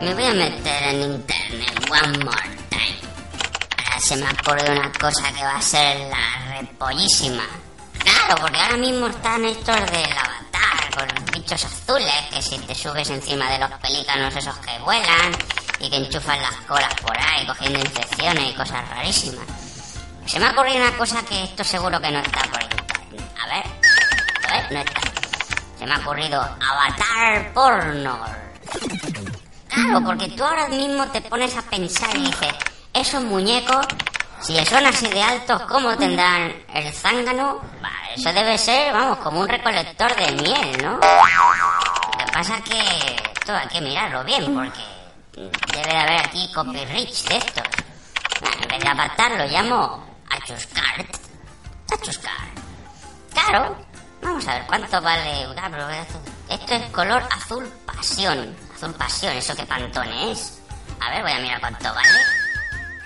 Me voy a meter en internet one more time. Ahora se me ha ocurrido una cosa que va a ser la repollísima. Claro, porque ahora mismo están estos del avatar, con los bichos azules, que si te subes encima de los pelícanos esos que vuelan y que enchufan las colas por ahí cogiendo infecciones y cosas rarísimas. Se me ha ocurrido una cosa que esto seguro que no está por internet. A ver, a ver, no está. Se me ha ocurrido avatar porno. Claro, porque tú ahora mismo te pones a pensar y dices, esos muñecos, si son así de altos, ¿cómo tendrán el zángano? Bah, eso debe ser, vamos, como un recolector de miel, ¿no? Lo que pasa es que esto hay que mirarlo bien, porque debe de haber aquí copy rich de estos. Bueno, en vez de apartar lo llamo achuscar. Achuscar. Claro, vamos a ver cuánto vale un abro- Esto es color azul pasión. Azul pasión, eso que pantone es. A ver, voy a mirar cuánto vale.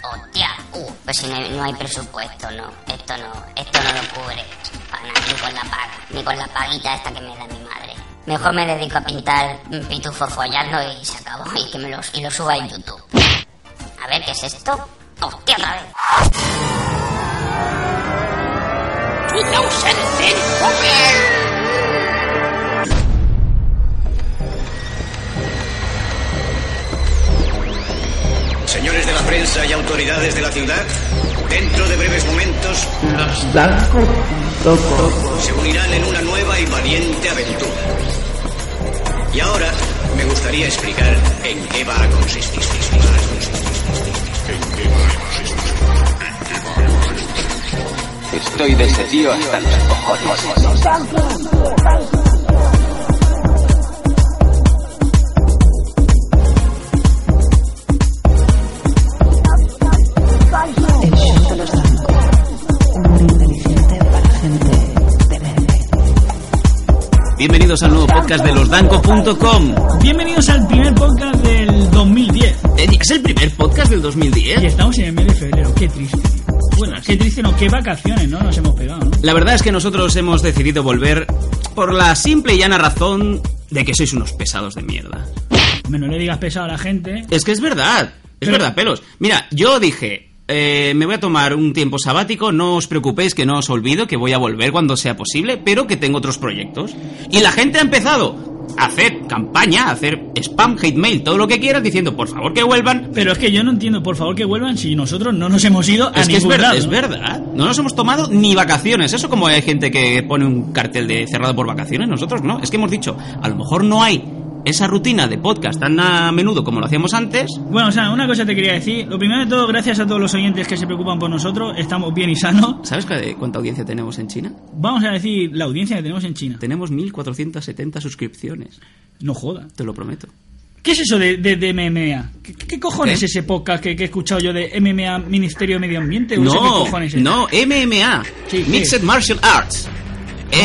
Hostia, uh, pues si no, hay- no hay presupuesto, no. Esto no, esto no lo cubre. Para nada, ni con la paga, ni con la paguita esta que me da mi madre. Mejor me dedico a pintar un pitufo follando y se acabó. Y que me lo, y lo suba en YouTube. A ver, ¿qué es esto? ¡Hostia, otra vez! 2010 Señores de la prensa y autoridades de la ciudad, dentro de breves momentos Los blancos locos. se unirán en una nueva y valiente aventura. Y ahora me gustaría explicar en qué va a consistir. Estoy de ese tío hasta los cojones. El show de los blancos. Humor inteligente para gente de mente. Bienvenidos al nuevo podcast de losdancos.com. Bienvenidos al primer podcast del 2010. Eh, ¿Es el primer podcast del 2010? Y estamos en el mes de febrero, qué triste. tío. Bueno, qué triste, no, qué vacaciones, ¿no? Nos hemos pegado, ¿no? La verdad es que nosotros hemos decidido volver por la simple y llana razón de que sois unos pesados de mierda. Hombre, no le digas pesado a la gente. Es que es verdad, es Pero- verdad, pelos. Mira, yo dije, eh, me voy a tomar un tiempo sabático, no os preocupéis que no os olvido, que voy a volver cuando sea posible, pero que tengo otros proyectos. Y la gente ha empezado a hacer campaña, a hacer spam, hate mail, todo lo que quieras, diciendo, por favor que vuelvan. Pero es que yo no entiendo, por favor, que vuelvan si nosotros no nos hemos ido a Es que es, ningún ver- lado. es ¿no? verdad, no nos hemos tomado ni vacaciones. Eso como hay gente que pone un cartel de cerrado por vacaciones, nosotros no. Es que hemos dicho, a lo mejor no hay esa rutina de podcast tan a menudo como lo hacíamos antes, Bueno, o sea, una cosa te quería decir. Lo primero de todo, gracias a todos los oyentes que se preocupan por nosotros. Estamos bien y sanos. ¿Sabes cu- cuánta audiencia tenemos en China? Vamos a decir la audiencia que tenemos en China. Tenemos 1470 suscripciones, No joda. te lo prometo. ¿Qué es eso de, de, de MMA? ¿Qué, qué cojones ¿Qué? es ese podcast que, que he escuchado yo de MMA Ministerio de Medio Ambiente? o no sé qué No, cojones es? no, MMA, Sí, sí. Mixed Martial Arts.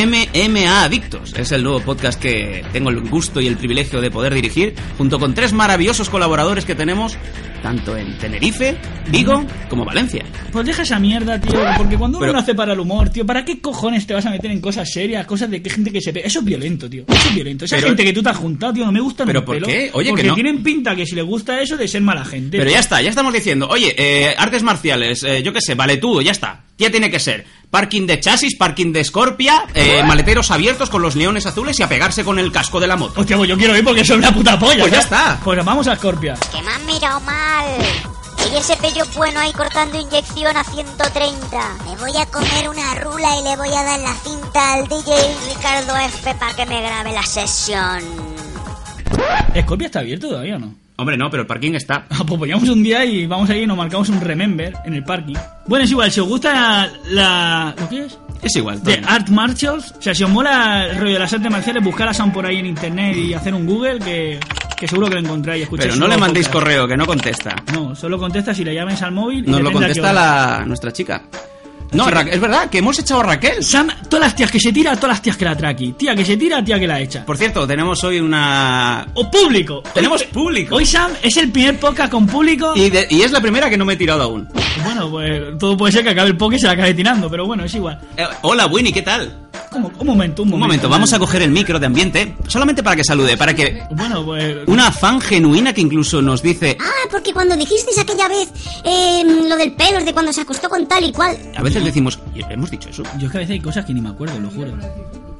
MMA Adictos es el nuevo podcast que tengo el gusto y el privilegio de poder dirigir, junto con tres maravillosos colaboradores que tenemos, tanto en Tenerife, Vigo como Valencia. Pues deja esa mierda, tío, porque cuando uno Pero- lo hace para el humor, tío, ¿para qué cojones te vas a meter en cosas serias, cosas de que gente que se pega? Eso es violento, tío. Eso es violento. Esa Pero- gente que tú te has juntado, tío, no me gusta ni ¿Pero un por pelo, qué? Oye, que porque no- tienen pinta que si les gusta eso de ser mala gente. Pero ya está, ya estamos diciendo, oye, eh, artes marciales, eh, yo qué sé, vale todo, ya está. Ya tiene que ser. Parking de chasis, parking de escorpia, eh, maleteros abiertos con los leones azules y a pegarse con el casco de la moto. Hostia, pues yo quiero ir porque soy una puta polla. Pues ya ¿no? está. Pues vamos a Scorpia. Que me han mirado mal. Y ese pello bueno ahí cortando inyección a 130. Me voy a comer una rula y le voy a dar la cinta al DJ Ricardo F para que me grabe la sesión. Scorpia está abierto todavía, ¿o ¿no? Hombre, no, pero el parking está. Ah, Pues poníamos un día y vamos ahí y nos marcamos un remember en el parking. Bueno, es igual, si os gusta la... ¿Lo qué es? Es igual, De ah, Tony. Art Martials. O sea, si os mola el rollo de las artes marciales, buscarlas aún por ahí en internet y hacer un Google que, que seguro que lo encontráis. Escucháis Pero su no le nuevo mandéis podcast. correo, que no contesta. No, solo contesta si le llamáis al móvil. y Nos le ¿eh? lo tendrá que contesta oír. la nuestra chica. No, Ra- es verdad, que hemos echado a Raquel. Sam, todas las tías que se tira, todas las tías que la traqui. Tía que se tira, tía que la echa. Por cierto, tenemos hoy una... O público. Tenemos Hoy- público. Hoy Sam es el primer podcast con público. Y, de- y es la primera que no me he tirado aún. Bueno, pues todo puede ser que acabe el podcast y se la acabe tirando, pero bueno, es igual. Eh, hola, Winnie, ¿qué tal? Como- un momento, un momento. Un momento, vamos a coger el micro de ambiente, solamente para que salude, para que... Bueno, pues. Una fan genuina que incluso nos dice... Ah, porque cuando dijisteis aquella vez eh, lo del pelo, de cuando se acostó con tal y cual. A veces decimos... ¿Hemos dicho eso? Yo es que a veces hay cosas que ni me acuerdo, lo juro.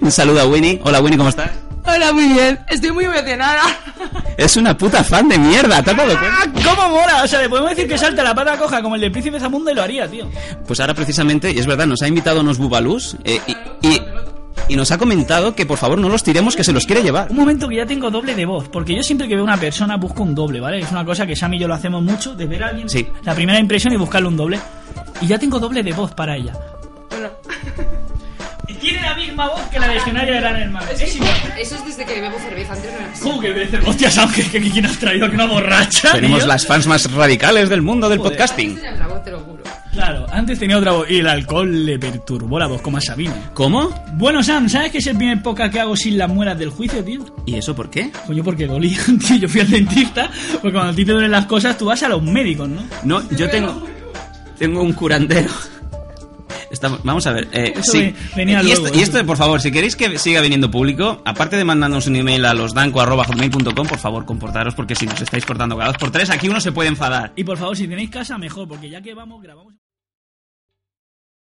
Un saludo a Winnie. Hola, Winnie, ¿cómo estás? Hola, muy bien. Estoy muy emocionada. Es una puta fan de mierda, ¿te has dado cuenta? ¡Ah! ¡Cómo mola! O sea, le podemos decir que salta la pata coja como el del príncipe Zamundo y lo haría, tío. Ah. Pues ahora precisamente, y es verdad, nos ha invitado unos bubalús eh, y, y- y nos ha comentado que por favor no los tiremos, que se los quiere llevar. Un momento que ya tengo doble de voz, porque yo siempre que veo una persona busco un doble, ¿vale? Es una cosa que Sam y yo lo hacemos mucho, de ver a alguien Sí. la primera impresión y buscarle un doble. Y ya tengo doble de voz para ella. Y tiene la misma voz que la legionaria de Gran Hermano. Es igual. Eso es desde que bebo cerveza. Antes no era así. ¿Cómo que me dice? Hostia, Sam, que, que, que quién has traído que una borracha. Tenemos tío? las fans más radicales del mundo del Joder. podcasting. Tenía otra voz, te lo juro. Claro, antes tenía otra voz. Y el alcohol le perturbó la voz como a Sabina. ¿Cómo? Bueno, Sam, ¿sabes que es el primer podcast que hago sin las muelas del juicio, tío? ¿Y eso por qué? Pues yo porque dolían, tío. Yo fui al dentista, porque cuando a ti te duelen las cosas, tú vas a los médicos, ¿no? No, yo tengo tengo un curandero. Estamos, vamos a ver, eh, Eso sí. ve- venía y, luego, ¿eh? esto, y eso. esto, por favor, si queréis que siga viniendo público, aparte de mandarnos un email a losdanco.com, por favor, comportaros, porque si nos estáis cortando grados por tres, aquí uno se puede enfadar. Y por favor, si tenéis casa, mejor, porque ya que vamos, grabamos.